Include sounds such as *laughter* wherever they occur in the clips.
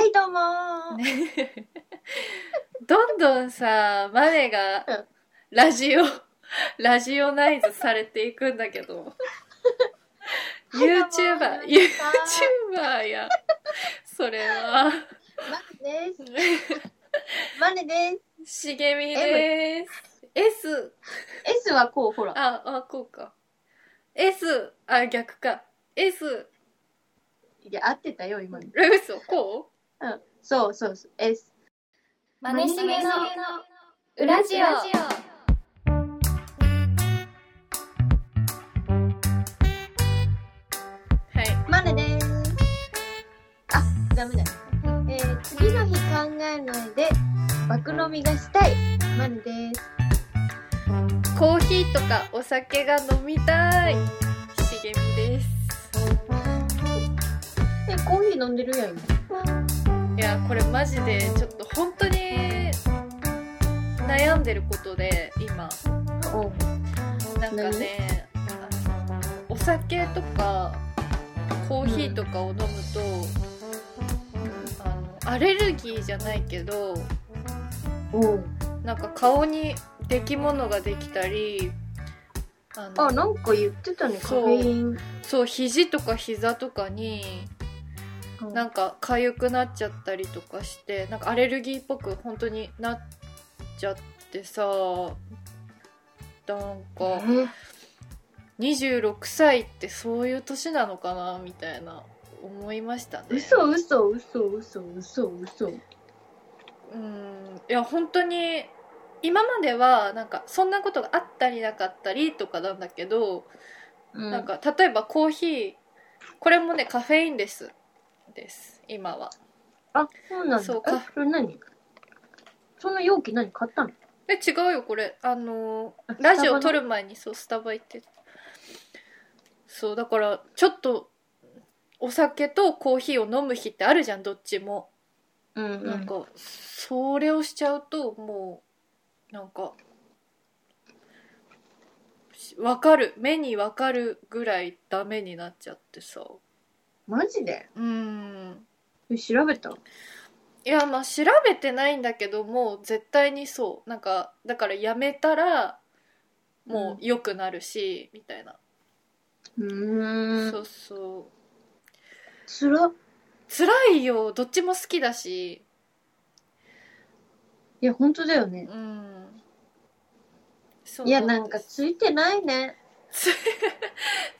いどうも、ねどんどんさマネがうんラジオラジオナイズされていくんだけど *laughs* YouTuberYouTuber ユーやそれマはネですマネで茂みです S す S はこうほらああこうか S あ逆か S いや合ってたよ今のルースこううんそうそうそう S マネしげの裏ジオ。はいマネですあダメだ、えー、次の日考えないで爆飲みがしたいマネですコーヒーとかお酒が飲みたい茂みですえコーヒー飲んでるやん今いやこれマジでちょっと本当に悩んでることで今おうなんかねあのお酒とかコーヒーとかを飲むと、あのアレルギーじゃないけどおうなんか顔にできものができたりあのあなんか言ってたねカフそうェインそう肘とか膝とかになんか痒くなっちゃったりとかしてなんかアレルギーっぽく本当になっちゃってさなんかえ26歳ってそういう年なのかなみたいな思いましたね嘘嘘嘘嘘嘘嘘うんいや本当に今まではなんかそんなことがあったりなかったりとかなんだけど、ななんか例えばコーヒーこれもねカフェインレスです今はあそうなんだそうかえそれ何その容器何買ったのえ違うよこれあのあーラジスオタバ撮のる前にそうスタバ行ってそうだからちょっとお酒とコーヒーを飲む日ってあるじゃんどっちも、うんうなんかそれをしちゃうともうなんかしわかる目にわかるぐらいダメになっちゃってさマジでうーんえ調べたいやまあ調べてないんだけどもう絶対にそうなんかだからやめたらもう良くなるし、みたいな、うーそんうそうつらい辛いよどっちも好きだしや本当だよねうんそういやなんかつついてないねついてない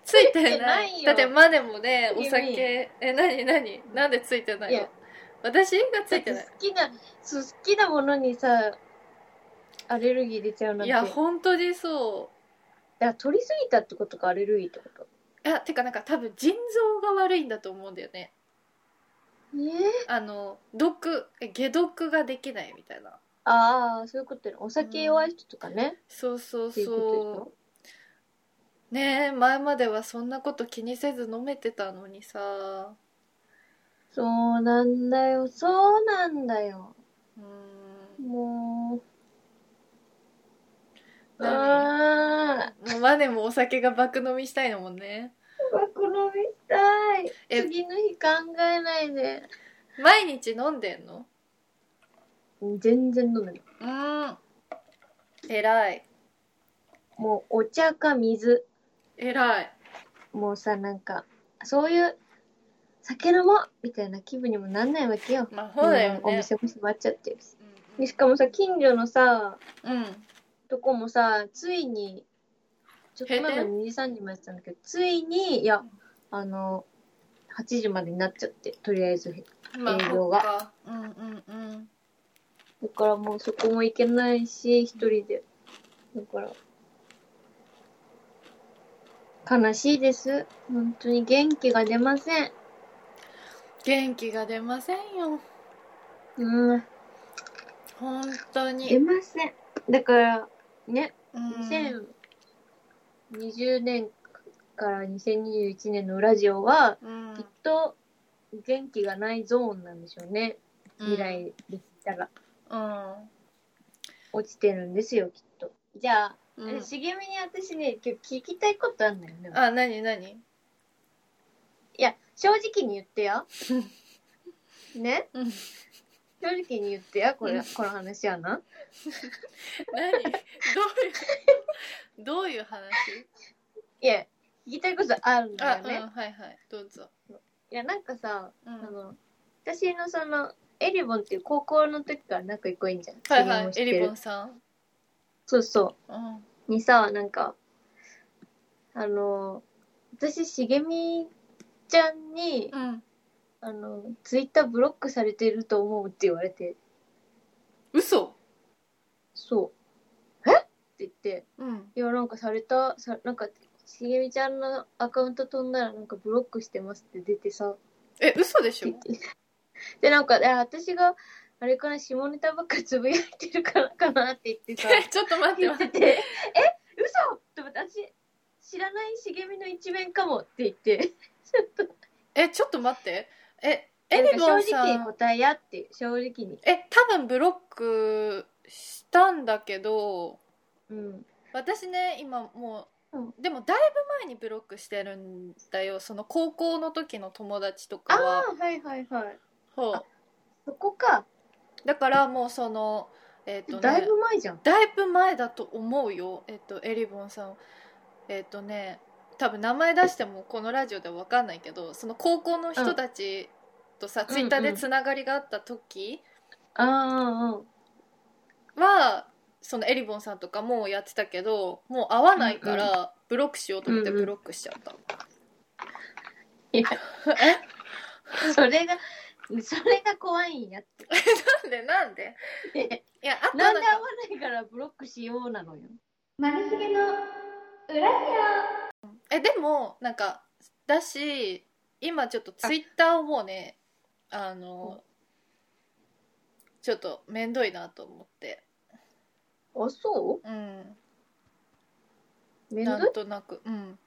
ついてないよだってマネもねおゆみ酒え何何なんでついてないいのや私がつだいってて好ないきなそう好きなものにさアレルギー出ちゃうなんいてやだか本当にそうら取りすぎたってことかアレルギーってこといやてかなんか多分腎臓が悪いんだと思うんだよねえー、あの毒え解毒ができないみたいなああそういうことねお酒弱い人とかね、そうそうっていうことでしそょうねえ前まではそんなこと気にせず飲めてたのにさそうなんだよそうなんだようーんもううー何んもうマネもお酒が爆飲みしたいのもんね爆飲みしたいえ次の日考えないで毎日飲んでんの全然飲めないうん偉いもうお茶か水偉いもうさなんかそういう酒飲もうみたいな気分にもなんないわけよまあそうだよねお店も閉まっちゃってるしうんでしかもさ近所のさうん、とこもさついにちょっと前まで2時3時までやってたんだけどついにいやあの8時までになっちゃってとりあえずうん、まあ営そ業っがかうんうんうんだからもうそこも行けないし、一人で。だから、悲しいです。本当に元気が出ません。元気が出ませんようん、本当出に、ません。だから、ね、うん、 2020年から2021年のラジオは、うんきっと元気がないゾーンなんでしょうね。未来できたら。うん、落ちてるんですよ、きっと。じゃあ、うんえ茂みに私ね、今日聞きたいことあるんだよね。あ何何いや、正直に言ってよ。ねうん正直に言ってやこれ、うんこの話やな *laughs* 何どういうどういう話いや聞きたいことあるんだあ、ようんね、はいはいどうぞ、いやなんかさ、うん、あの私のそのエリボンっていう高校の時から仲良い子いいんじゃんはいは知り合もいしてるエリボンさんそうそうんうにさなんかあの私茂みちゃんに、うんあのツイッターブロックされてると思うって言われて嘘そうえって言ってうんいやなんかされたさなんかしげみちゃんのアカウント飛んだらなんかブロックしてますって出てさえ嘘でしょでなんかあ私があれかな下ネタばっかつぶやいてるからかなって言って *laughs* さ *laughs* ちょっと待って言っ待てっててえ嘘って思って私知らないしげみの一面かもって言ってえちょっと待ってえエなんかリボン正さ直にん答えやって正直にえ多分ブロックしたんだけどうん私ね今もう、うんでもだいぶ前にブロックしてるんだよその高校の時の友達とあかはあはいはいはいほうあそこかだからもうそのえっ、とねだいぶ前じゃんだいぶ前だと思うよえっ、とエリボンさんえっ、とね多分名前出してもこのラジオでは分かんないけどその高校の人たちとさ、うんツイッターでつながりがあった時ああうんはそのエリボンさんとかもやってたけどもう会わないからブロックしようと思ってうんうんブロックしちゃった、い *laughs* やそれがそれが怖いんやっなんでなんでていやあとななんんでか合わないからブロックしようなのよマネヒゲの裏にえでもなんかだし今ちょっとツイッターをもうねあのちょっとめんどいなと思ってあそうんうめんどないんとなくうん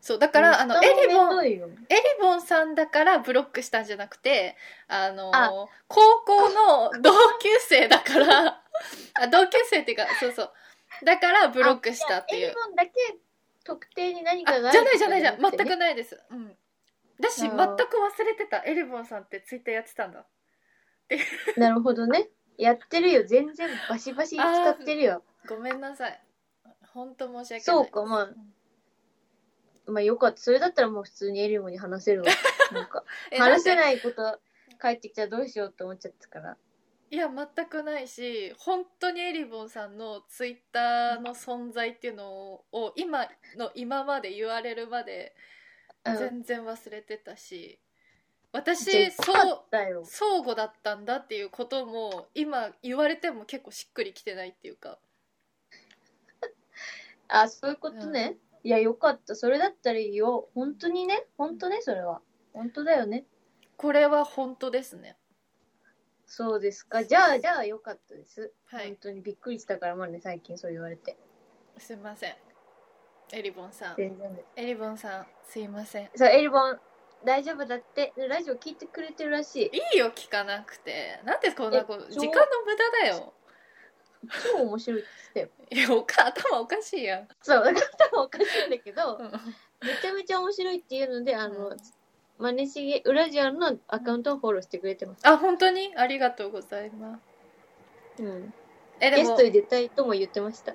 そうだからあの下もエリボンめんどいよエリボンさんだからブロックしたんじゃなくて、あのあ高校の同級生だから、あ同級生っていうか、そうそう。だからブロックしたっていエリう。ボンだけ特定に何あかがあじるゃないじゃないじゃない、全くくないです。うん。だし、あ全くー忘れてた。エリボンさんってツイッターやってたんだ。 *laughs* なるほどねやってるよ全然バシバシ使ってる *laughs* よごめんなさい。ほんと申し訳ない。そうかまあまあよかったそれだったらもう普通にエリボンに話 *laughs* せるわなんかえ話せなんなかいこと帰ってきたらどうしようって思っちゃったからいや、全くないし、本当にエリボンさんのツイッターの存在っていうのを、今の今まで言われるまで、うん全然忘れてたじしゃ私あそうだよ相互だったんだっていうことも今言われても結構しっくりきてないっていうかあ、そういうことね。いや、よかった。それだったらいいよ。本当にね。本当ね、それは。本当だよね。これは本当ですねそうですか。じゃあ、じゃあ、よかったです。は本い当にびっくりしたから、まあね、最近そう言われて。すいませんエリボンさん全然ね。エリボンさんすいませんさあ、エリボン、大丈夫だって。ねラジオ聞いてくれてるらしい。いいよ聞かなくてなんでこんなことえ時そう間の無駄だよ超面白いって言っていやおか頭おかしいやん、たよ。そう、だから多分おかしいんだけどう、んめちゃめちゃ面白いっていうので、あうのん、マネシゲ、ウラジオのアカウントをフォローしてくれてます。あ本当にありがとうございますうん。えでゲスもトに出たいとも言ってました。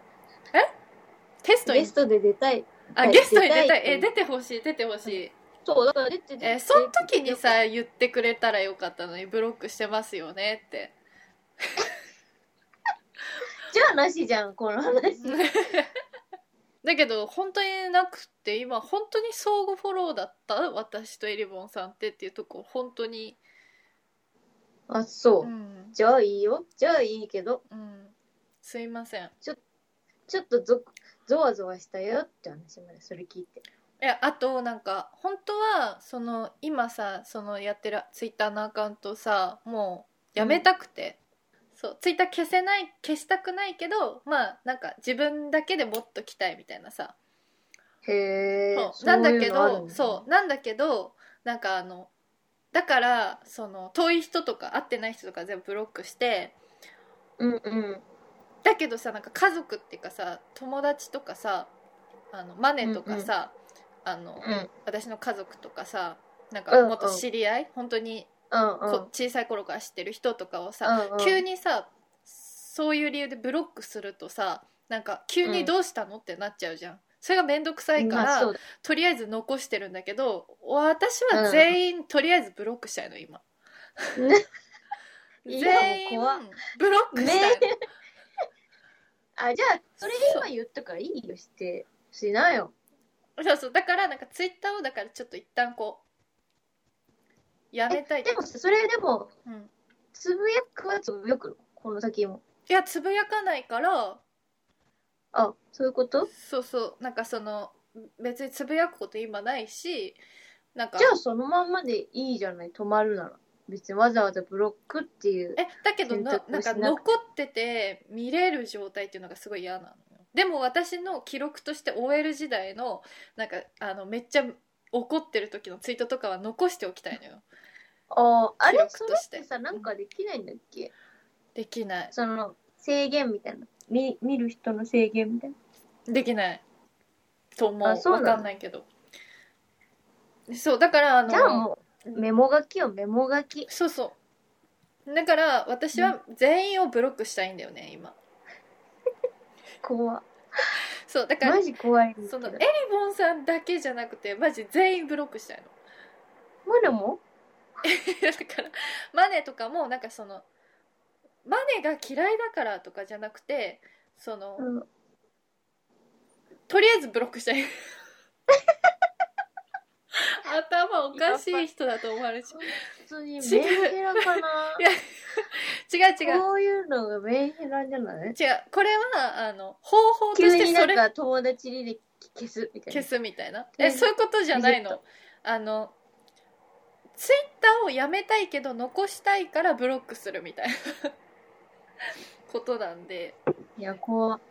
テストにゲストで出たい。あゲストに出出たたいいえ出てほしい出てほしい、そう、だから出てえーその時にさ言ってくれたらよかったのにブロックしてますよね *laughs* ってじゃあなしじゃん、この話。だけど本当になくって今本当に相互フォローだった私とエリボンさんってっていうとこ本当にあ、そうう。ん、じゃあいいよ。じゃあいいけど、うん、すいませんいちょっとゾ、ゾワゾワしたよって話まで、それ聞いて。やあとなんか本当はその今さそのやってるツイッターのアカウントさもうやめたくて、そうツイッター消せない消したくないけどまあなんか自分だけでもっと来たいみたいなさへえ。そうなんだけそういうのあるどんだそうなんだけどなんかあのだからその遠い人とか会ってない人とか全部ブロックしてうんうん。だけどさなんか家族っていうかさ友達とかさあのマネとかさ、あのうん私の家族とかさなんうんかうんもっと知り合い、本当にうんうこん小さい頃から知ってる人とかをさ、うんうん急にさそういう理由でブロックするとさなんか急にどうしたのってなっちゃうじゃんそれが面倒くさいから、まあそうだとりあえず残してるんだけど私は全員、とりあえずブロックしたいの今 *laughs* いや全員もう怖っブロックしたいの、あじゃあそれで今言ったからいいよしてしなよそうそうだからなんかツイッターをだからちょっと一旦こうやめたいでもさそれでもうん、つぶやくはつぶやくのこの先もいやつぶやかないからあそういうことそうそうなんかその別につぶやくこと今ないしなんかじゃあそのまんまでいいじゃない止まるなら別にわざわざブロックっていうえだけどな選択なんをしなかくて残ってて見れる状態っていうのがすごい嫌なのよでも私の記録として OL 時代のなんかあのめっちゃ怒ってる時のツイートとかは残しておきたいのよああ記れ録そとれしっててさなんかできないんだっけできないその制限みたいな見見る人の制限みたいなできないと思うあそうなのわかんないけどそうだからあのじゃあもうメモ書きよメモ書きそうそうだから私は全員をブロックしたいんだよね今怖っそうだからマジ怖いんだそけのどエリボンさんだけじゃなくてマジ全員ブロックしたいの *laughs* マネもだからマネとかもなんかそのマネが嫌いだからとかじゃなくてその、うんとりあえずブロックしたい *laughs* 頭おかしい人だと思われちゃう普通にメン違うヘラかいなや違う違うこういうのがメンヘラじゃない違うこれはあの方法とし急てになそんれか友達履歴消すみたいな消すみたいなうんえそういうことじゃなリいジのあのツイッターをやめたいけど残したいからブロックするみたいな *laughs* ことなんでいや怖っ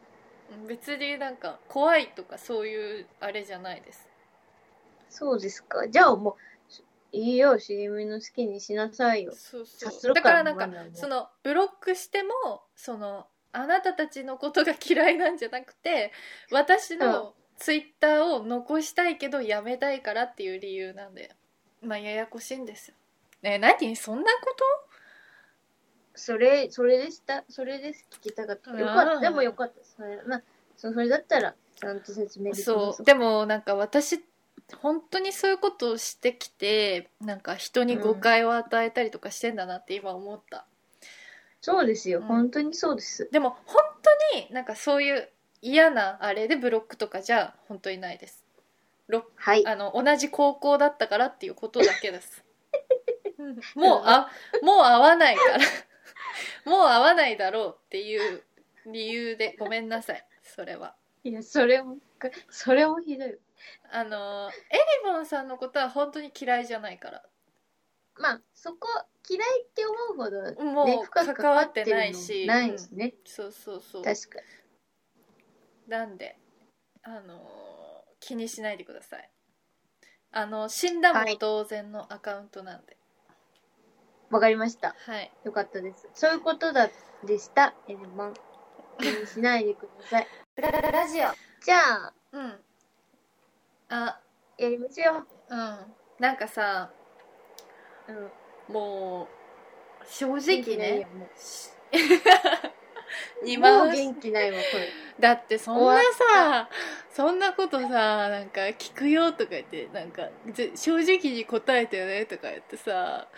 別になんか怖いとかそういうあれじゃないですそうですかじゃあもういいよ尻目の好きにしなさいよそうそさすうがだからなんかマナーもそのブロックしてもそのあなたたちのことが嫌いなんじゃなくて私のツイッターを残したいけどやめたいからっていう理由なんでまあややこしいんですよねえ何そんなことそれそれでしたそれです聞きたかったうんよかったでもよかったそれ,、まあ、そうそれだったらちゃんと説明できまそすうでもなんか私本当にそういうことをしてきてなんか人に誤解を与えたりとかしてんだなって今思った、そうですよ、うん本当にそうですでも本当になんかそういう嫌なあれでブロックとかじゃ本当にないですロはいあの同じ高校だったからっていうことだけです *laughs* うんもうあもう会わないからもう会わないだろうっていう理由でごめんなさいそれはいやそれもそれもひどいあのエリボンさんのことは本当に嫌いじゃないからまあそこ嫌いって思うほど、ね、もう深く関わってないし関わってるのもないしね、そうそうそう確かなんであのー気にしないでくださいあの死んだも同然のアカウントなんでにわかりましたはい、よかったですそういうことだでしたエルマン気にしないでください *laughs* ラララジオ。じゃあうんあやりましょううんなんかさうんもう正元直気ないよね *laughs* もうしも今う元気ないわこれだってそんなさそんなことさなんか聞くよとか言ってなんかぜ正直に答えてよねとか言ってさ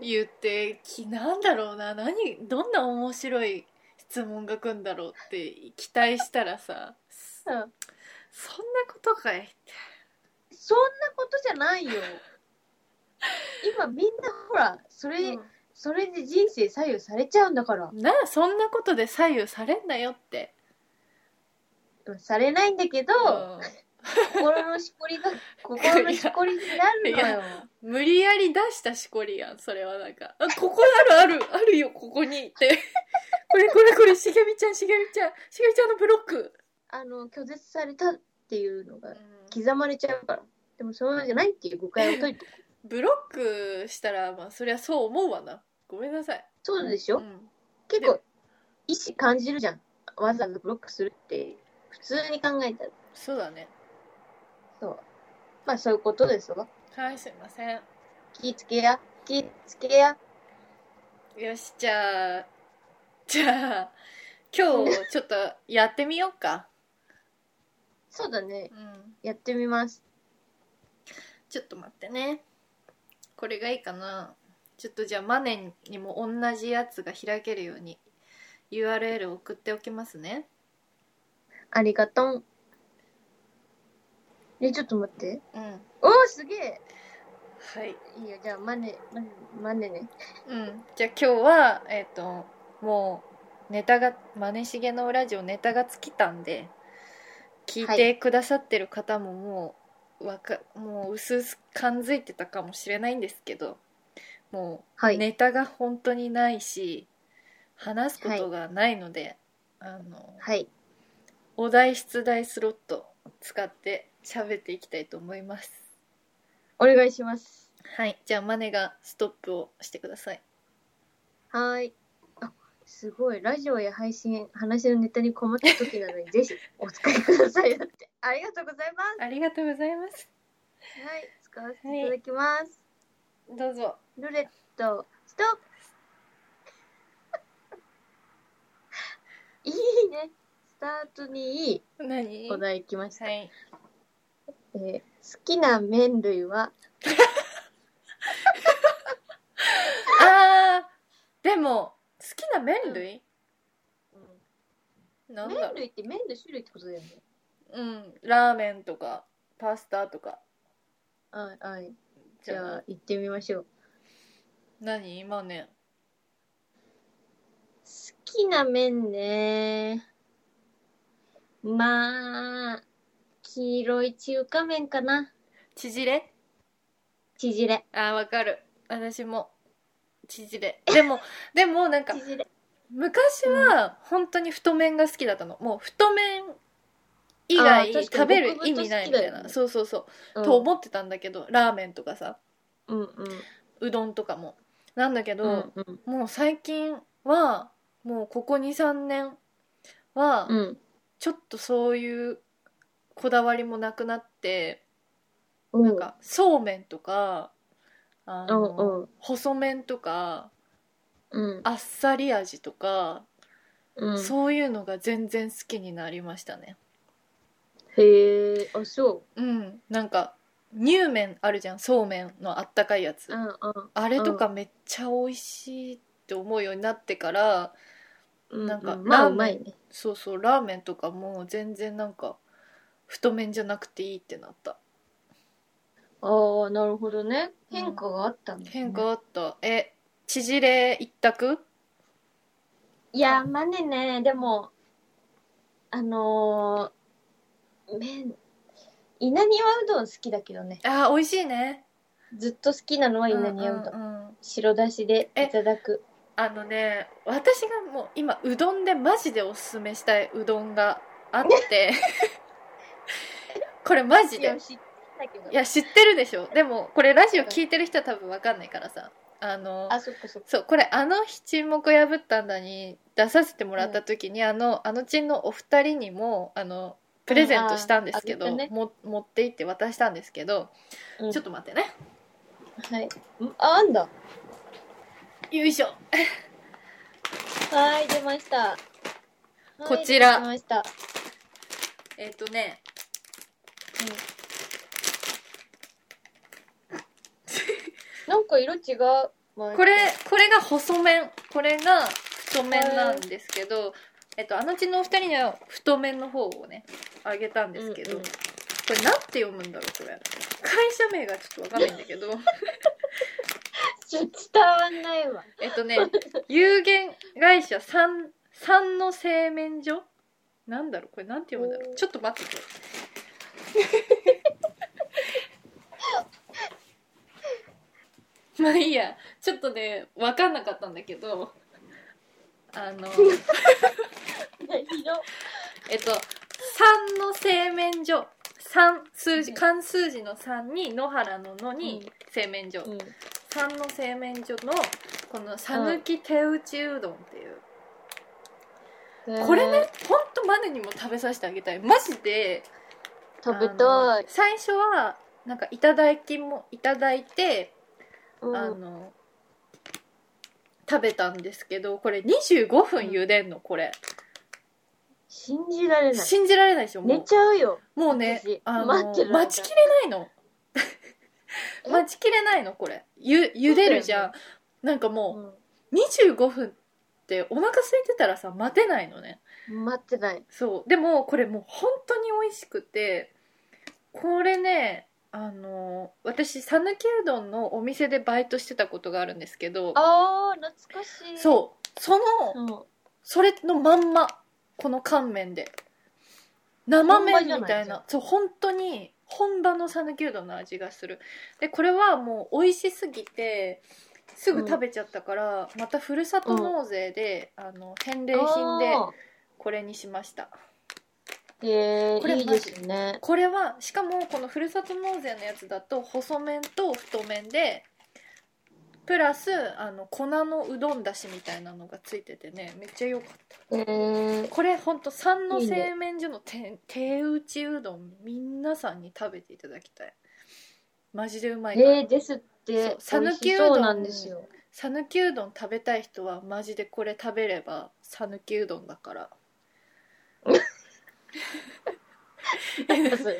言ってきなんだろうな何どんな面白い質問が来んだろうって期待したらさそんうんなことかいそんなことじゃないよ。今みんなほら、それ、それで人生左右されちゃうんだから。なそんなことで左右されんなよって、されないんだけど、う心のしこりが、心のしこりになる *laughs* のよ。ん、無理やり出したしこりやんそれはなんか「あここあるあるあるよここに」って *laughs* これこれこれしげみちゃんしげみちゃんしげみちゃんのブロック、あの、拒絶されたっていうのがうん刻まれちゃうから。でもそうじゃないっていう誤解を解いて。ブロックしたらまあそりゃそう思うわなごめんなさい、そうでしうょ、ん、結構、意思感じるじゃん。わざわざブロックするって、普通に考えたら。そうだねそう。まあそういうことですわ。はいすいません気ぃつけや。きつけや。よしじゃあじゃあ今日ちょっとやってみようか、そうだねう。ん、やってみます。ちょっと待ってねこれがいいかなちょっとじゃあマネにも同じやつが開けるように URL 送っておきますねありがとう。え、ちょっと待って。うんはおー、すげえ。いいいよ、じゃあ、マネ、マネ、マネね。うん、じゃあ今日はえっ、ともうネタが「まねしげのラジオ」ネタが尽きたんで聞いてくださってる方ももうわかもううすうす感づいてたかもしれないんですけどもはうい。ネタが本当にないし話すことがないので、あのはい。お題出題スロット使って喋っていきたいと思いますお願いします。はいじゃあマネがストップをしてくださいはーい。あ、すごい。ラジオや配信、話のネタに困った時など *laughs* に、ぜひお使いください。だって。ありがとうございまありがとうございますす。はい。使わせていただきます。どうぞルーレット、ストップ *laughs* いいね。スタートにいい何お題きました。はい。えー好きな麺類は、あー、でも、好きな麺類、なんだ麺ろう。類って麺の種類ってことだよね。うん、ラーメンとか、パスタとか。はいはい。じじゃあ、ゃあ、行ってみましょう。何今ね。好きな麺ね。まあ、黄色い中華麺かな。縮れ縮れ。あー、わかる。私も、*laughs* 縮れ。でも、でもなんか、縮れ。昔は、本当に太麺が好きだったの。もう、太麺以あー外、確かに食べる意味ない極太好みたいきだよな。ねそうそうそう。うんと思ってたんだけど、ラーメンとかさ、うんうん。うどんとかも。なんだけど、うんうん。もう最近はもうここ23年はうん。ちょっとそういうこだわりもなくなって、うん。なんかそうめんとかあうんの、うん。細麺とかうん。あっさり味とか、うん。そういうのが全然好きになりましたね。へえ、あ、そう。うん、なんか乳麺あるじゃんそうめんのあったかいやつ、うんうん。あれとかめっちゃ美味しいって思うようになってからうなんかまあ、ラーメンうまいね。そうそうラーメンとかも全然なんか太麺じゃなくていいってなったああ、なるほどね。変化があったんだ、ね変化あった、え縮れ一択いや、マネね、でも、あのー、麺、稲庭うどん好きだけどね。あー美味しいねずっと好きなのは稲庭うどん。うんうんうん白だしでいただく。あのね私がもう今うどんでマジでおすすめしたいうどんがあって *laughs* これマジいや、で知ってんだけど。いや知ってるでしょでもこれラジオ聞いてる人は多分わかんないからさあのあ、そっかそっか。そうこれ「あの日沈黙破ったんだ」に出させてもらった時に、あのあのちんのお二人にもあのプレゼントしたんですけあーど、あげたも持って行って渡したんですけど、うんちょっと待ってねはい。んあ、あんだ。よいしょはい、出ました。はいこちら出ました。えっ、とねなんか色違う。まあこれこれが細麺これが太麺なんですけど、えっと、あのちんのお二人には太麺の方をねあげたんですけど、うんうんこれなんて読むんだろうこれ会社名がちょっとわかんないんだけどちょっと伝わんないわ。えっとね、有限会社三三の製麺所なんだろうこれなんて読むんだおろうーちょっと待ってて。まあいいや、ちょっとね、わかんなかったんだけど、あの、色。えっと、三の製麺所。三数字、うん漢数字の三に野原の野に製麺所。うん。三の製麺所のこの讃岐手打ちうどんっていう、これねほんとマネにも食べさせてあげたいマジで食べあたのい。最初はなんかいただきもいただいて、うんあの食べたんですけどこれ25分茹でんのこれ信じられない。信じられないですよも寝ちゃうよ。うもうね私あの待ってる間待ちきれないの待ちきれないのこれゆ茹でるじゃん、なんかもうう25分ってお腹空いてたらさ待てないのねん、待ってない。そうでもこれもう本当に美味しくてこれねあの私讃岐うどんのお店でバイトしてたことがあるんですけどああ、懐かしい。う。そうそのそそれのまんまこの乾麺で生麺み本場じゃなたいいじなゃんそう本当に本場の讃岐うどんの味がするでこれはもう美味しすぎてすぐ食べちゃったから、またふるさと納税で、あの返う。礼品でこれにしましたで。えこれー、いいですね。これはしかもこのふるさと納税のやつだと細麺と太麺でプラスあの粉のうどんだしみたいなのがついててねめっちゃ良かったえー、これほんと三のいいね製麺所の手手打ちうどん皆さんに食べていただきたいマジでうまいからえー、ですって、そう美味しそうなんですよ。讃岐うどん食べたい人はマジでこれ食べれば讃岐うどんだから *laughs* *laughs* それそれ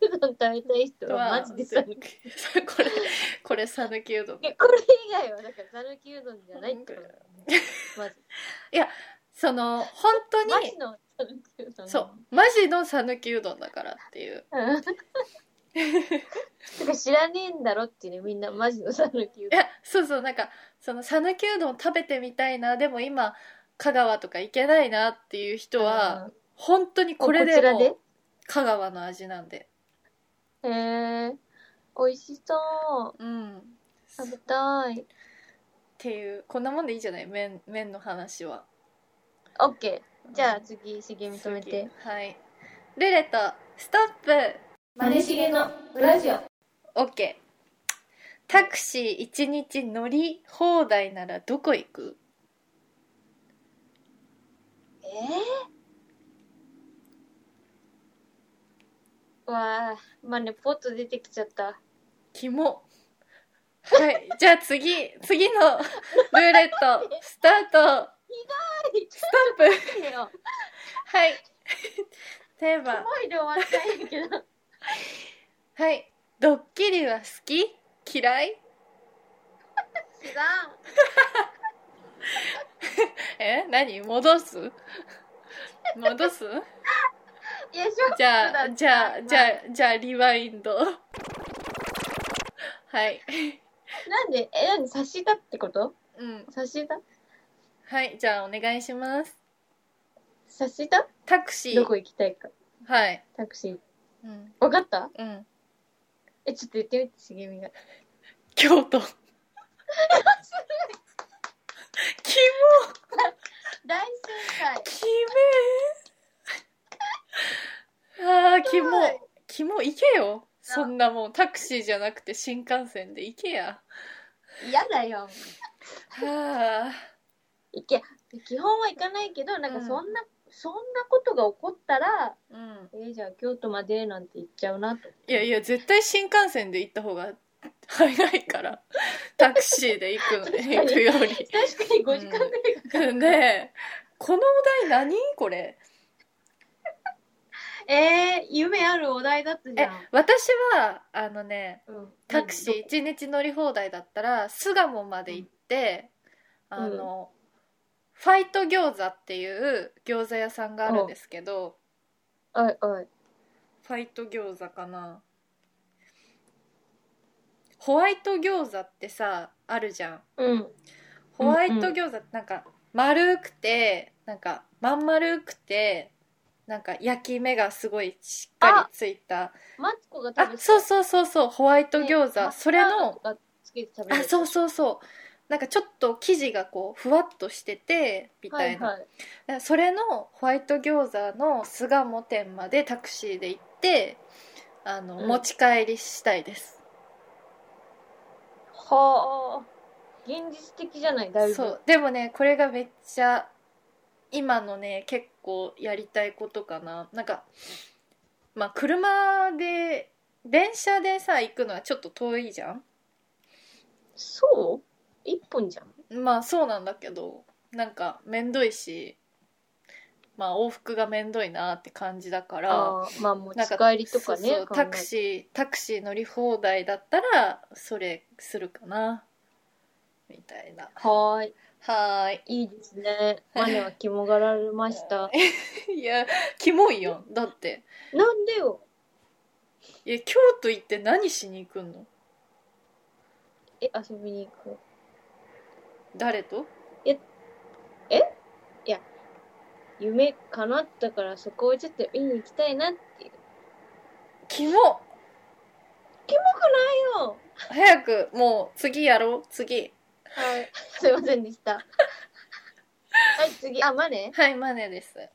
う *laughs* どん食べたい人はマジでさ、これ *laughs* これこれ讃岐うどん以外はだからさぬきうどんじゃないってことだよね。 *laughs* まず、その本当マにジのさぬきうどん。そうマジの讃岐うどんだからっていううん。 *laughs* てか知らねえんだろってねみんなマジのさぬきういどんやそうそうなんかその讃岐うどん食べてみたいなでも今香川とか行けないなっていう人はうん本当にこれこちでらもでう香川の味なんでへえ美味しそううんっ食べたいていうこんなもんでいいじゃない麺麺の話はオッケーじゃあ次茂み止めて次はいルーレットストップマネしげのラジオ。 OK タクシー1日乗り放題ならどこ行くえー、わあまあねポッと出てきちゃったキモはいじゃ *laughs* あ次次のルーレットスタートちストップょっと待ってよはい。テーマ。思いで終わったんやけどはい。ドッキリは好き嫌い知らんえ何戻す戻すいやショックじゃだっあ、たじゃあ、じゃあ、じゃあ、リワインド。はい。なんでえなんで察したってことうん。察したはい。じゃあ、お願いします。察したタクシー。どこ行きたいかはい。タクシーうん。わかったうん。えちょっと言ってみて茂みが京 *laughs* 都。キモ大正解キメーあーキモすごいキモ行けよそんなもんタクシーじゃなくて新幹線で行けや嫌だよはあいけ基本は行かないけどなんうかんそんな、そんなことが起こったらうんえーじゃあ京都までなんて言っちゃうなといやいや絶対新幹線で行った方が早いからタクシーで行く確かに行くよ *laughs* 確かに5時間ぐらいかかりねえこのお題何これる、えー、夢あるお題だったじえゃん私はあのねうんタクシー一日乗り放題だったら巣鴨まで行って、んあの、ファイト餃子っていう餃子屋さんがあるんですけど、おいおいファイト餃子かなホワイト餃子ってさあるじゃんうんホワイト餃子ってなんか丸くてなんかまん丸くてなんか焼き目がすごいしっかりついたマツコがあ食べてそうそうそうそうホワイトね餃子、マスそタれードのとかつけて食べるあそうそうそうなんかちょっと生地がこうふわっとしててみたいな、はいはい、それのホワイト餃子の巣鴨店までタクシーで行ってあの、うん持ち帰りしたいですはあ現実的じゃないだいぶそうでもねこれがめっちゃ今のね結構やりたいことかななんかまあ車で電車でさ行くのはちょっと遠いじゃんそう一本じゃん。まあそうなんだけどなんかめんどいしまあ往復がめんどいなって感じだからあーまあ持ち帰りとかね。そうそう考えタクシータクシー乗り放題だったらそれするかなみたいなはーい。はーいいいです *laughs* ね。マネは肝がられました。い *laughs* やキモいよだってなんでよ。いや京都行って何しに行くのえ、遊びに行く。誰と夢叶ったからそこをちょっと見に行きたいなっていう。キモよ早くもう次やろう次はい。すいませんでした。はい、次。あ、マネはいマネです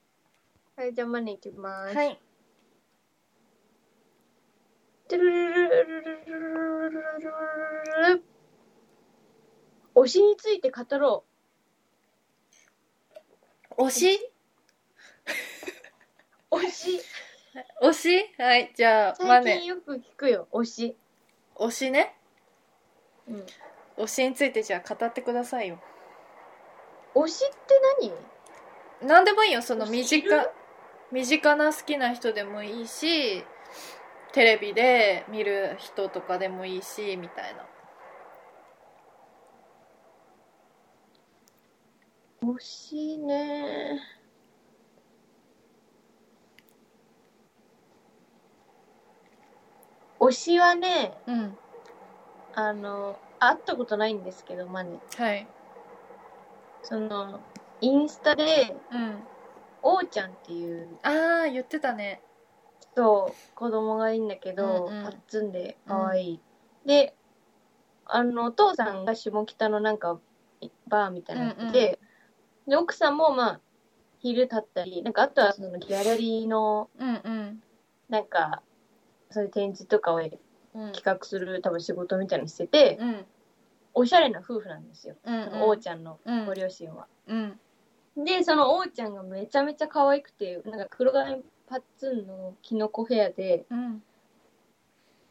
はい、じゃあマネ行きます。はい推しについて語ろ推しう。推し。推しはいじゃあマ最近ネよく聞くよ、推し。推しねうん、推しについてじゃあ語ってくださいよ推しって何何でもいいよその身推しい近る身近な好きな人でもいいしテレビで見る人とかでもいいしみたいな推しね。推しはね、うんあの、会ったことないんですけど、マネ。はいその、インスタで、うんおうちゃんっていうああ言ってたね人、子供がいいんだけど、うんうんパッツンで可愛い、で、あの、お父さんが下北のなんか、バーみたいなのやってて、で、奥さんもまあ、昼立ったり、なんかあとはそのギャラリーの、うんうんなんか、そういう展示とかを企うん画する多分仕事みたいにしてて、うんおしゃれな夫婦なんですよ。うんおうちゃんのうんご両親は。うんで、そのおうちゃんがめちゃめちゃ可愛くて、なんか黒髪パッツンのキノコヘアで、うん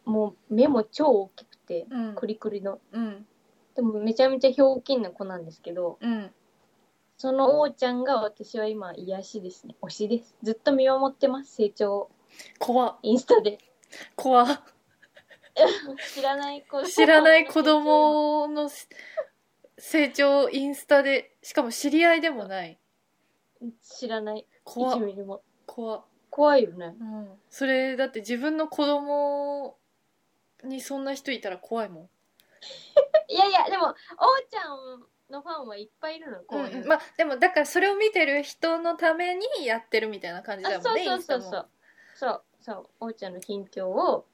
もう目も超大きくて、うんクリクリの。うんでもめちゃめちゃひょうきんな子なんですけど、うんそのおうちゃんが私は今癒しですね。推しです。ずっと見守ってます、成長を。怖っインスタで。怖っ知らない子供知らない子供のし成長をインスタでしかも知り合いでもない知らない。怖1っミリも。怖っ、怖いよね。うん、それだって自分の子供にそんな人いたら怖いもん、いやいや、でも、おうちゃんのファンはいっぱいいるの、こういう。まあでもだからそれを見てる人のためにやってるみたいな感じだあ、もそんうねそうそうインスそタもう。そうそう。おうちゃんの近況を、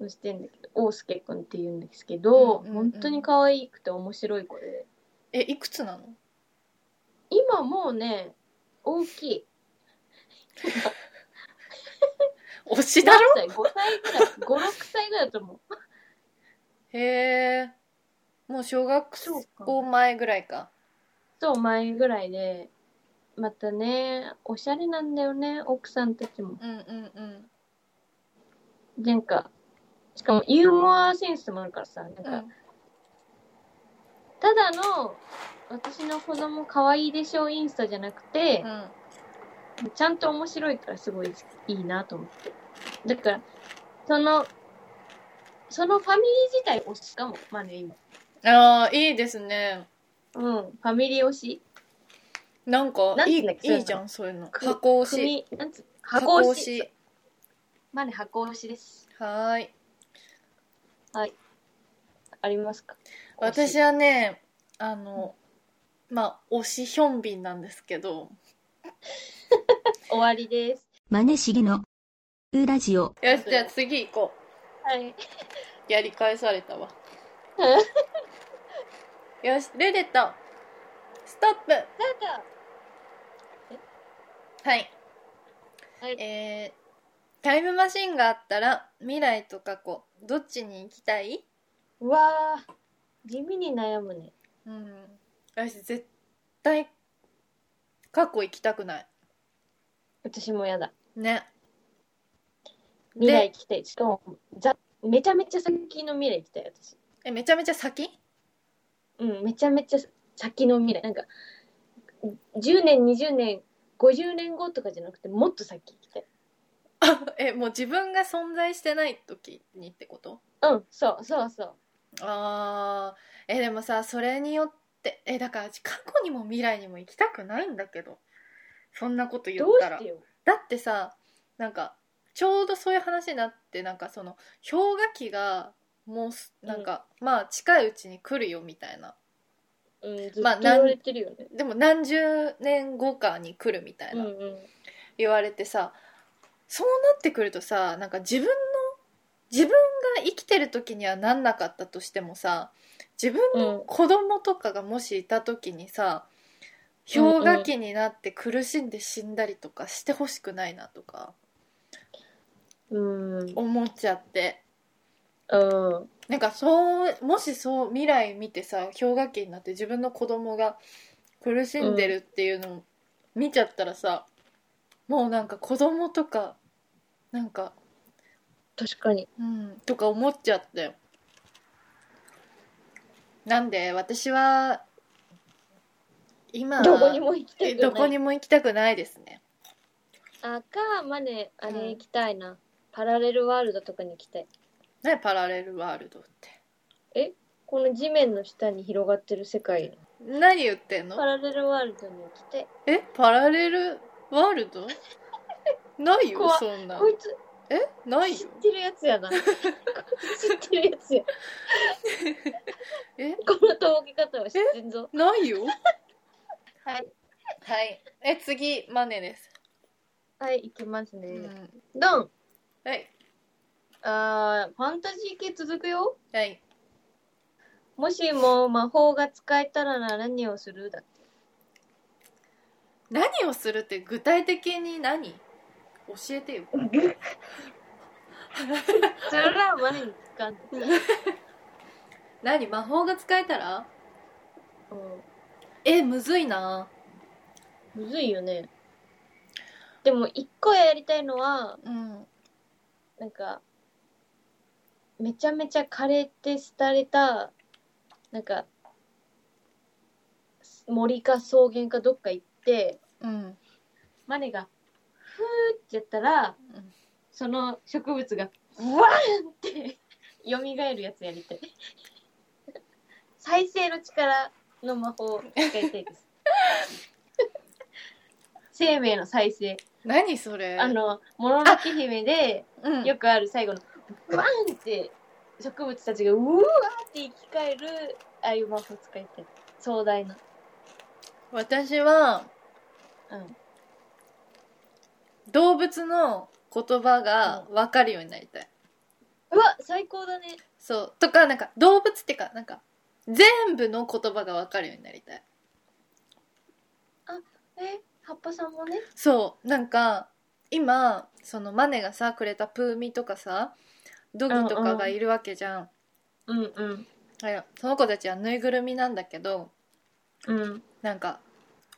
載せてんだけど、おうすけくんって言うんですけど、うんうんうん本当に可愛くて面白い子で。えいくつなの今もうね、大きい。推しだろ何歳 ?5 歳ぐらい。5、6歳ぐらいだと思う。 *laughs* へえもう小学そうか校前ぐらいかそう、前ぐらいで。またね、おしゃれなんだよね、奥さんたちも。うんうんうんなんか、しかもユーモアセンスもあるからさ、なんうか、んただの私の子供可愛いでしょインスタじゃなくてう、んちゃんと面白いからすごいいいなと思ってだからそのそのファミリー自体推しかもまあね今ああいいですねうんファミリー推しなんかなんて言ういいんだっけいいじゃんそういうの箱推し組なんつ箱推ししまあね箱推しですはーいありますか推私しはねあのまあ推しヒョンビンなんですけど終わりですマネしげのウラジオ。よしじゃあ次行こはい、うやり返されたわ *laughs* よしルーレットストップなんだはい、はいえー、タイムマシンがあったら未来と過去どっちに行きたいうわー地味に悩むねうん私絶対過去行きたくない私もやだね未来行きたいしかもざめちゃめちゃ先の未来行きたい私ええめちゃめちゃ先うん、めちゃめちゃ先の未来。なんか、10年、20年、50年後とかじゃなくて、もっと先行きたい。 *laughs* えもう自分が存在してない時にってことうん、そうそうそう。あーえでもさそれによってえだから過去にも未来にも行きたくないんだけどそんなこと言っどうたらしてよ。だってさなんかちょうどそういう話になってなんかその氷河期がもうすなんか、まあ近いうちに来るよみたいなうん、ずっまあと言われてるよね。でも何十年後かに来るみたいな、うんうん。言われてさそうなってくるとさなんか自分の自分が生きてる時にはなんなかったとしてもさ自分の子供とかがもしいた時にさ、うん氷河期になって苦しんで死んだりとかしてほしくないなとかうん。思っちゃってうん。なんかそうもしそう未来見てさ氷河期になって自分の子供が苦しんでるっていうのを見ちゃったらさ、もうなんか子供とかなんか確かに。うん、とか思っちゃったよなんで私は今どこにも行きたい。どこにも行きたくないですねあか、まね、あれ行きたいな。パラレルワールドとかに行きたい。ねパラレルワールドってこの地面の下に広がってる世界。何言ってんのパラレルワールドに行きたい。えパラレルワールドないよ怖っそんなこいつ、えない知っよてるやつやな。こいつ知ってるや *laughs* つや。えこのとぼけ方は知ってんぞ。ないよはい。はいえ次マネです、はい、行きますうね。ん、ドンはいあーファンタジー系続くよ。はいもしも魔法が使えたら何をするだって。何をするって具体的に何教えてよそれは前に使うん *laughs* だ。何魔法が使えたらうんえむずいなむずいよね。でも、一個やりたいのは、うんなんか、めちゃめちゃ枯れて廃れた、なんか、森か草原かどっか行って、うんマネが、ふーってやったら、うんその植物が、うわーんって、蘇るやつやりたい。再生の力の魔法を使いたいです。生命の再生。何それあの、もののけ姫で、うんよくある最後の、ワンって植物たちがうわーって生き返る、ああいう魔法使いたい。壮大な。私はうん。動物の言葉が分かるようになりたい、うわ、最高だね。そうとかなんか動物ってかなんか全部の言葉が分かるようになりたいえ、葉っぱさんもね。そうなんか今そのマネがさくれたプーミとかさドギとかがいるわけじゃん、うんうん。はいその子たちはぬいぐるみなんだけど、うん。なんか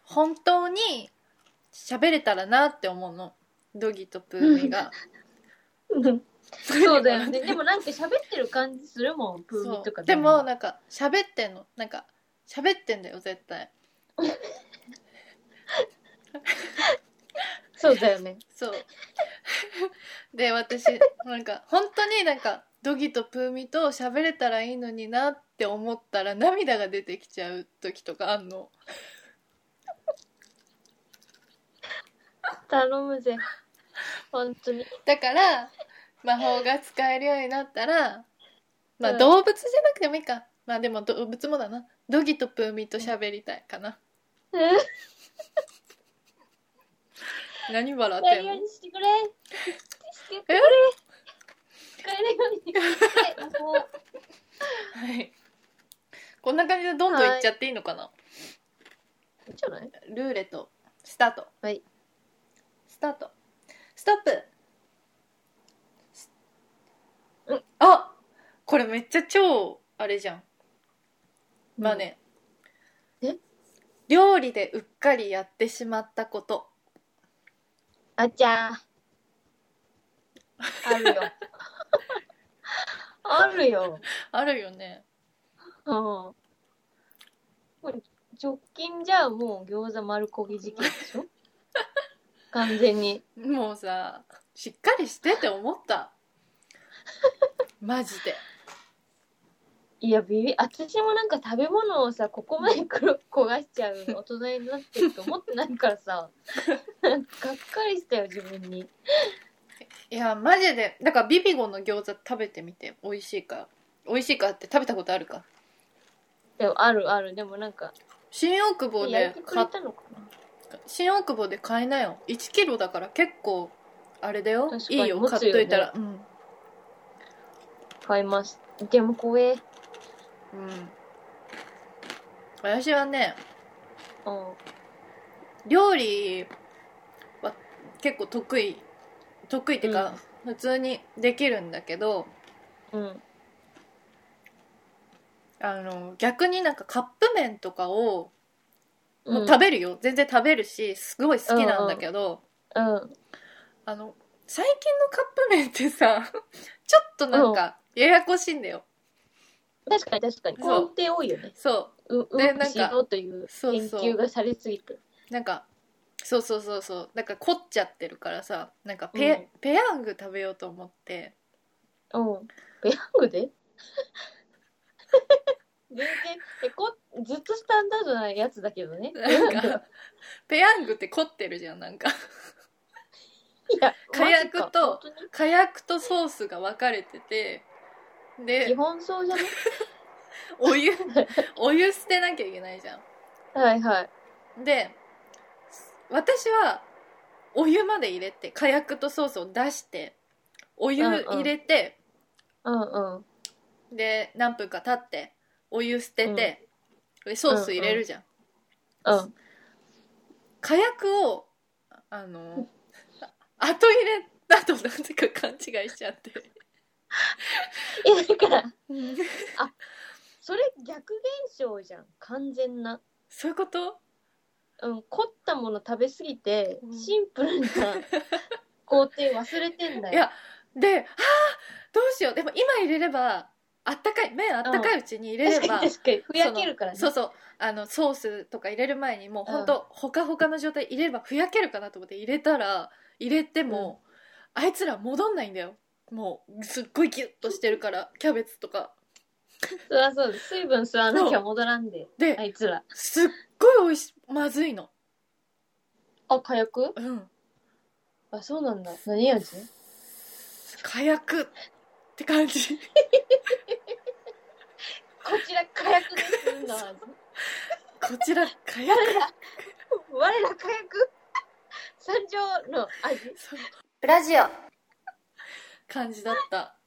本当に喋れたらなって思うのドギとプーミがそうだよ *laughs* ね。でもなんか喋ってる感じするもん、風 *laughs* そ味とかうでもねなんか喋ってんのなんか喋ってんだよ絶対そうだよね。そう *laughs* で私なんか本当になんかドギとプーミと喋れたらいいのになって思ったら涙が出てきちゃう時とかあんの *laughs* 頼むぜ。本当に。だから魔法が使えるようになったらまあうん動物じゃなくてもいいかまあでも動物もだなドギとプーミと喋りたいかなうん何笑やってるんよのうにしてくれ。してくれ。使えるように *laughs* してくれ。もうはいこんな感じでどんどんいっちゃっていいのかな、いいんじゃないルーレットスタートはいスタートストップすうんあこれめっちゃ超あれじゃんまあね、え料理でうっかりやってしまったことあちゃー。 *laughs* あるよ。あるよ。あるよねうん。もう直近じゃもう餃子丸焦げ事件で *laughs* しょ完全に。もうさしっかりしてって思った *laughs* マジでいや、ビビ、私もなんか食べ物をさ、ここまで黒く焦がしちゃう大人になってると思ってないから *laughs* さ、なんかがっかりしたよ、自分に。いやマジでだからビビゴの餃子食べてみて美味しいか美味しいかって食べたことあるかでも、あるある。でもなんか、新大久保焼いでてく買れったのかな新大久保で買いなよ1キロだから結構あれだよ確かいにいよ持つよね買っといたらうん、買います。でも怖え。うん。うん、私はね料理は結構得意得意ってか、普通にできるんだけどうん。あの逆になんかカップ麺とかをもう食食べるよ、全然食べるしすごい好きなんだけど、うん。あの最近のカップ麺ってさ *laughs* ちょっとなんかややこしいんだよ、確かに確かに。そ工う程多いよね。、そううまでなくんかしようというそう研そう究がされすぎて。うなんかそうそうそうそうなんか凝っちゃってるからさなんかペ,、うんペヤング食べようと思ってうん。ペヤング *laughs* で全然えこ、ずっとスタンダードなやつだけどね。なんかペヤングって凝ってるじゃんなんかいや、火薬マジかと本当に火薬とソースが分かれてて基で本そうじゃねお湯お湯捨てなきゃいけないじゃはいはい。んで私はお湯まで入れて火薬とソースを出してお湯入れて、うんうん。で何分か経ってお湯捨てて、でソース入れるじゃん、うん。火薬をあの後入れだとなぜか勘違いしちゃっていや、だから、それ逆現象じゃん。完全な。そういうことうん、凝ったもの食べすぎてう、んシンプルな工程忘れてんだよ。いやであーどうしようでも今入れればあったかい麺あったかいうちに入れれ確ば、かに確かに。ふやけるからね。そのそうそうあのソースとか入れる前にもうほんとほかほかの状態入れればふやけるかなと思って入れたら入れても、あいつら戻んないんだよもうすっごいギュッとしてるからキャベツとかそりゃそうです。水分吸わなきゃ戻らんで。で、あいつら。すっごい美味しまずいのあ、火薬うんあ、そうなんだ。何味火薬って感じ *laughs* こちら火薬ですんだわ。こちら火薬我ら火薬山上の味。そうブラジオ。感じだった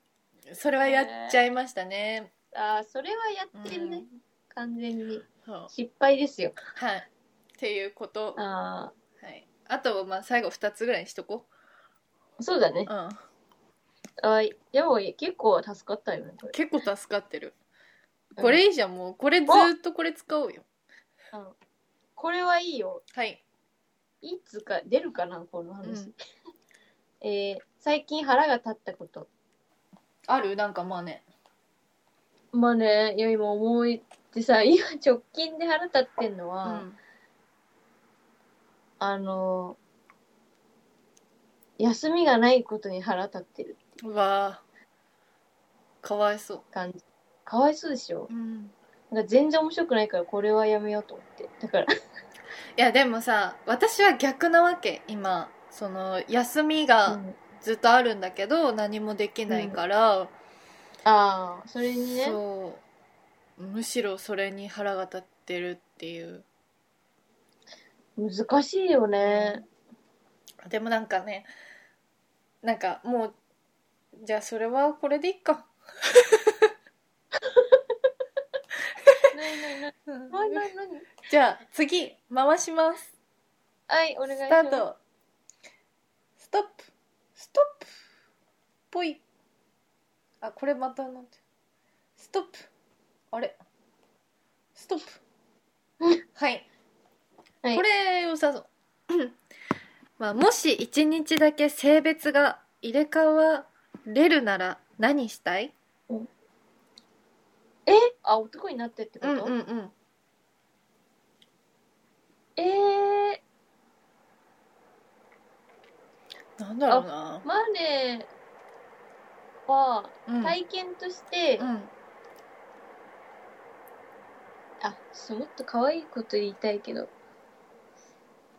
それはやっちゃいましたね、あーそれはやってるね。うん完全に。そう失敗ですよ。はいっていうことああ,、はい、あとまあ最後2つぐらいにしとこあ、そうだねう、。うん、はい。でも結構助かったよね、これ。結構助かってるうんこれいいじゃんもうこれずーっとこれ使おうよこれはいいよ。はいいつか出るかな、この話。う *laughs* えー最近腹が立ったこと。あるなんかまあねまあね、いや今思いってさ、 *laughs* 今直近で腹立ってんのうは、んあの、休みがないことに腹立ってるうわーかわいそ感じ。かわいそうでしょう、うん、なんか全然面白くないからこれはやめようと思って。だから、いやでもさ私は逆なわけ今その休みがずっとあるんだけど、何もできないから、ああ、それにね、そうむしろそれに腹が立ってるっていう難しいよね。でもなんかねなんかもうじゃあそれはこれでいいかないないない。うんないないない。じゃあ次回しますはい、お願いしスます。タートストップストップぽいあこれまたなんてストップあれストップはい、はいこれ良さそうまあもし一日だけ性別が入れ替われるなら何したいえ、ああ、男になってってこうと、んうんうんええなんだろうなー、マネーはうん体験として、うんあ、ちょっともっと可愛いこと言いたいけど、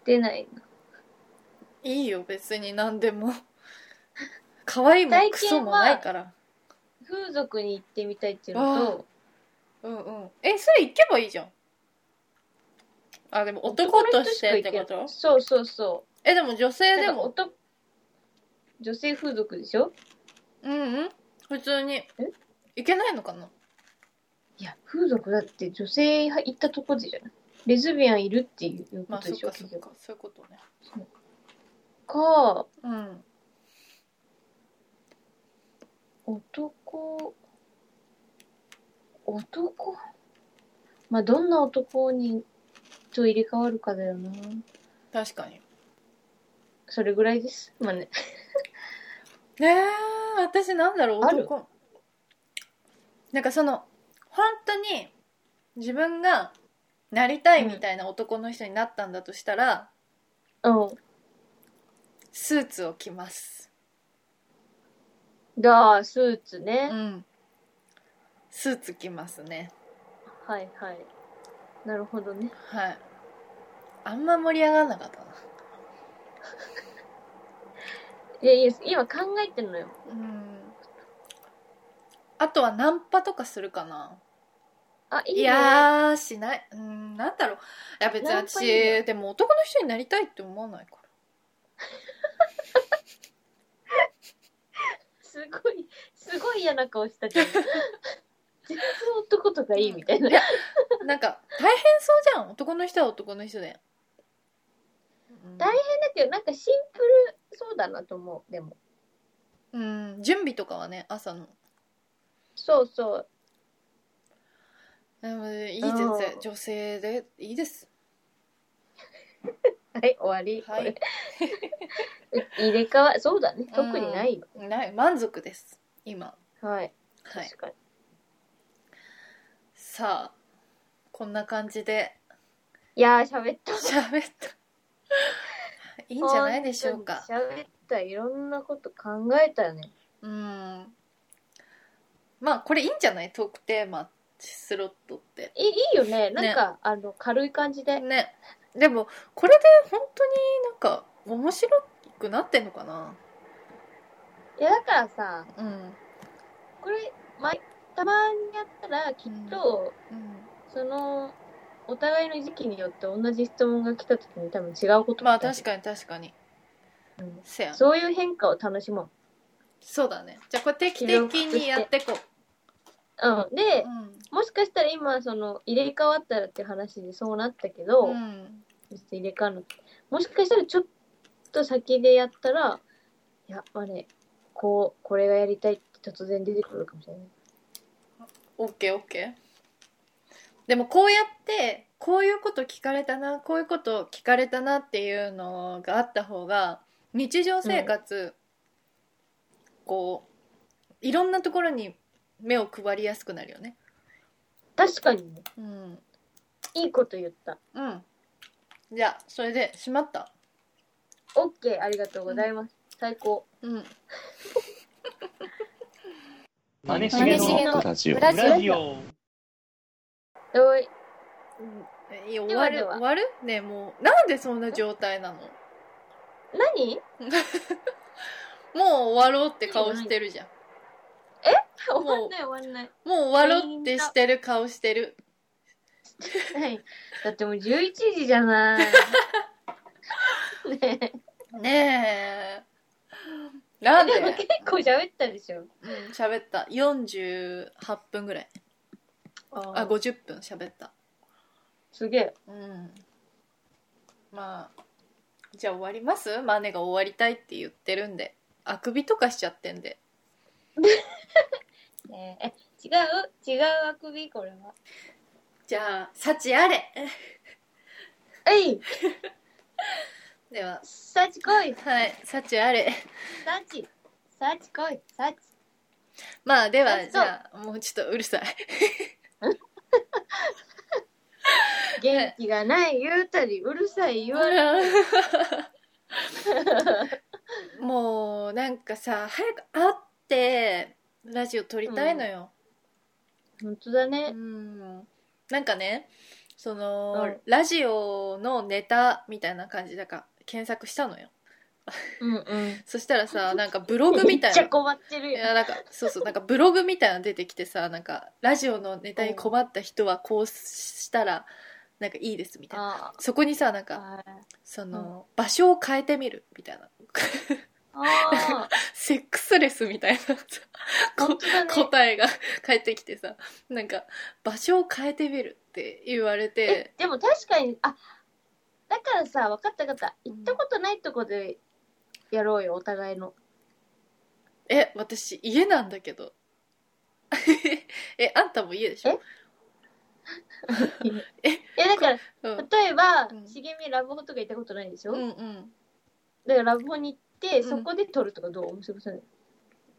出ないな。いいよ別に何でも可愛いもクソもないから風俗に行ってみたいっていうのと、うんうんえそれ行けばいいじゃんあでも男の人としてっかて行けこるとそうそうそえでも女性う。ででもも男、女性風俗でしょうんうん普通に行けないのかないや、風俗だって女性行ったとこでじゃないレズビアンいるっていうこまあとそでっしょ、かそっ結局かそういうことねか、うん男、男、まあ、どんな男にと入れ替わるかだよな。確かにそれぐらいです。まあね。ねえ私なんだろうある男なんかその本当に自分がなりたいみたいな男の人になったんだとしたら、うスーツを着ますん。が、スーツうね。んスーツ着ますねはいはい。なるほどね。はいあんま盛り上がらなかったないやいや、今考えてるのよ。うんあとはナンパとかするかなあ、いいいね。やーしないうんなんだろういや別にナンパ私いいでも男の人になりたいって思わないからすごい、すごい嫌な顔したじゃん。 *laughs* 全然男とかいいみたいな。やなんか大変そうじゃん男の人は男の人で、うん大だけど、なんかシンプルそうだなと思う。でも。うん準備とかはね朝のそうそう。でもいいうん全然女性でいいですはい、終わり。はこれい入れ替わそうだね特にないよ、ない満足です今はいはい確かに、さあこんな感じでい、やー喋った喋ったいいんじゃないでしょうか本当に喋ったいろんなこと考えたねうんまあこれいいんじゃないトークテーマスロットっていいいよねなんか、あの軽い感じでねでもこれで本当になんか面白くなってんのかないやだからさうん、これ毎たまにやったらきっと、うん、そのお互いの時期によって同じ質問が来た時に多分違うことまあ確かに確かに、うんせやなそういう変化を楽しもそうだねじゃあこれ定期的にやってこううんう、でうんもしかしたら今その入れ替わったらって話でそうなったけど、うん、ちょっと入れ替わるのもしかしたらちょっと先でやったら、いや、まあね、こう、これがやりたいって突然出てくるかもしれない。オッケーオッケーでもこうやってこういうこと聞かれたなこういうこと聞かれたなっていうのがあった方が日常生活、こういろんなところに目を配りやすくなるよね確かにね、うんいいこと言った。うんじゃあそれでしまったオッケーありがとうございます。最高。うんマネしげげののララジジオオ。おい、えいや終わ今でるは終わるねえもうなんでそんな状態なのも何う終わろうって顔してるじゃん終わんない終わんない。もう終わろうってしてる顔してるはい。だってもう11時じゃ *laughs* ない。ねえ。ねえ。なんででも結構喋ったでしょ。うん喋った。48分ぐらい。あ、あ50分喋った。すげえ。うん。まあ、じゃあ終わりますマネが終わりたいって言ってるんで。あくびとかしちゃってんで。ねええ違う違うあくびこれは。じゃあ、幸あれえいでは、サチ来いはい、幸あれ。サチサチ来いサチまあ、では、幸じゃあ、もうちょっとうるさい。元気がない言うたり、うるさい言われうん *laughs* もうなんかさ早く会ってラジオ撮りたいのよ、本当だうね。んなんかねその、うんラジオのネタみたいな感じだから検索したのようんうん。そしたら *laughs* さなんかブログめっみたいちゃな困ってるいやよ。なんかそうそうなんかブログみたいなの出てきてさなんかラジオのネタに困った人はこうしたらなんかいいですみたいなあそこにさなんかあ。その、場所を変えてみるみたいな *laughs* ああ。セックスレスみたいなさ本当だね。答えが返ってきてさなんか場所を変えてみるって言われえて、でも確かに、あ、だからさ、分かった分かった。行ったことないとこでやろうよ、お互いの。え私家なんだけど *laughs* えあんたも家でしょいや、だから、うん例えばう、ん茂みラブホとか行ったことないでしょうんうんだからラブホに行って、うんそこで撮るとかどう面白そうじゃない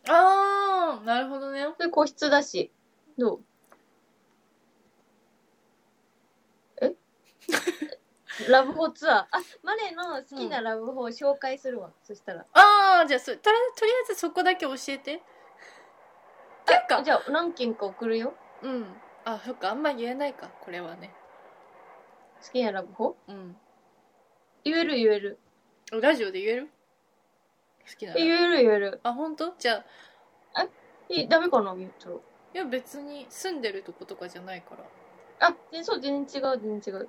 あーなるほどねそれ個室だし。どう *laughs* えラブホツアー。あ、マネの好きなラブホを紹介するわ。そしたら。ああじゃあそとりとりあえずそこだけ教えてていうかじゃあ何件か送るよ。うんあそっかあんま言えないかこれはね好きなラブホうん言える言える。ラジオで言える好きなのえ言える言える。あ本当じゃあえ、ダメかな言っちゃう。いや別に住んでるとことかじゃないからあ、全そう、全然違う、全然違う。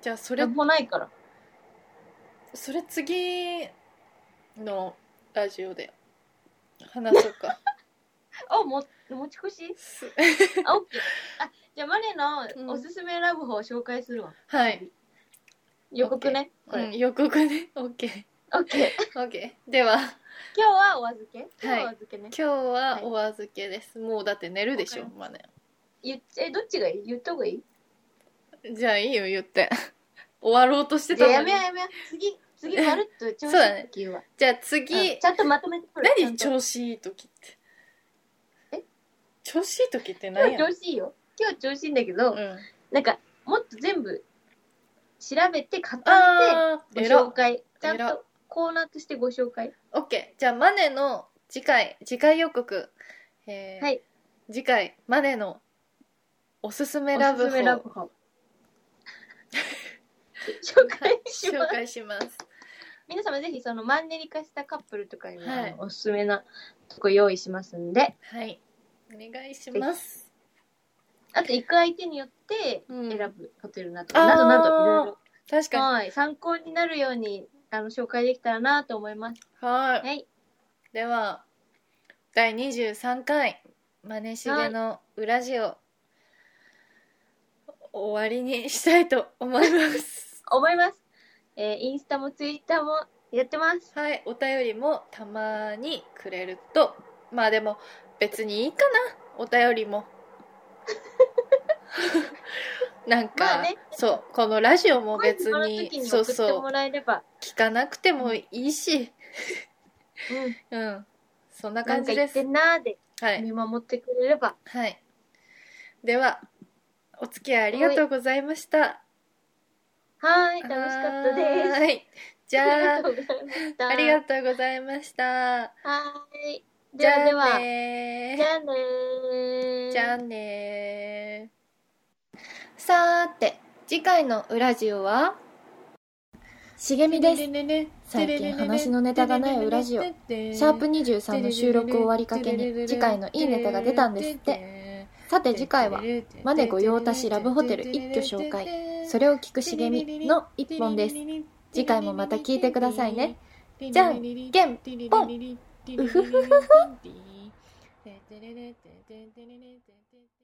じゃあそれラブホないから。それ次のラジオで話そう *laughs* かあ、も、持ち越しすあ、オッケー。あ、じゃあマネのおすすめラブホを紹介するわ。はい、予告ね。こうんれ。予告 *laughs* ね OKOK オッケー。では今日はお預け今日はお預けね。今日はお預けです、もうだって寝るでしょわかまあね言っえどっちがいい言った方がいいじゃあいいよ言って *laughs* 終わろうとしてじたゃのあにやめようやめよう次次まるっと調子そうだねいい時言うわじゃあう次んちゃんとまとめてくる何ちゃんと調子いい時ってえ調子いい時って今何日や調子いいよ今日調子いいんだけど、うん、なんかもっと全部調べて固あーめて偉ごっ紹介ちゃん偉っとコーナーとしてご紹介 OK じゃあマネの次回次回予告、えーはい次回マネのおすすめおラブすをすめラブホ紹介しま紹す介します皆様ぜひそのマンネリ化したカップルとかにも、はいあのおすすめなとこ用意しますんではいお願いしますあと行く相手によってうん選ぶホテルなど、あーなどなどいろいろ確かにはい、参考になるようにあの紹介できたらなと思います。はいはい、では第23回「マネしげの裏ジオ」終わりにしたいと思い *laughs* ます。思います。えーインスタもツイッターもやってます。はい、お便りもたまにくれるとまあでも別にいいかなお便 *laughs* りもなんか、まあねそうこのラジオも別まずにこの時にそう送ってそもうらえれば、聞かなくてもいいしうん、うんそんなな感んかじ言でってすんなーではい、見守ってくれれば、はい、ではお付き合いありがとうございましたはーい、楽しかったです。はいじあり *laughs* がゃあとうございました。ありがとうございましたはーい。ではでじゃあは、ねじゃあねー。じゃあねーさーて次回の「ウラジオ」は茂みです。シす最近話のネタがないウラジオシャャープ23の収録を終わりかけに次回のいいネタが出たんですって。さて次回は、マネ御用達ラブホテル一挙紹介。それを聞く茂みの一本です。次回次回ももままたた聞聞いいててくくだだささいいねねじじゃゃんんけけんんぽぽんんうふふふふ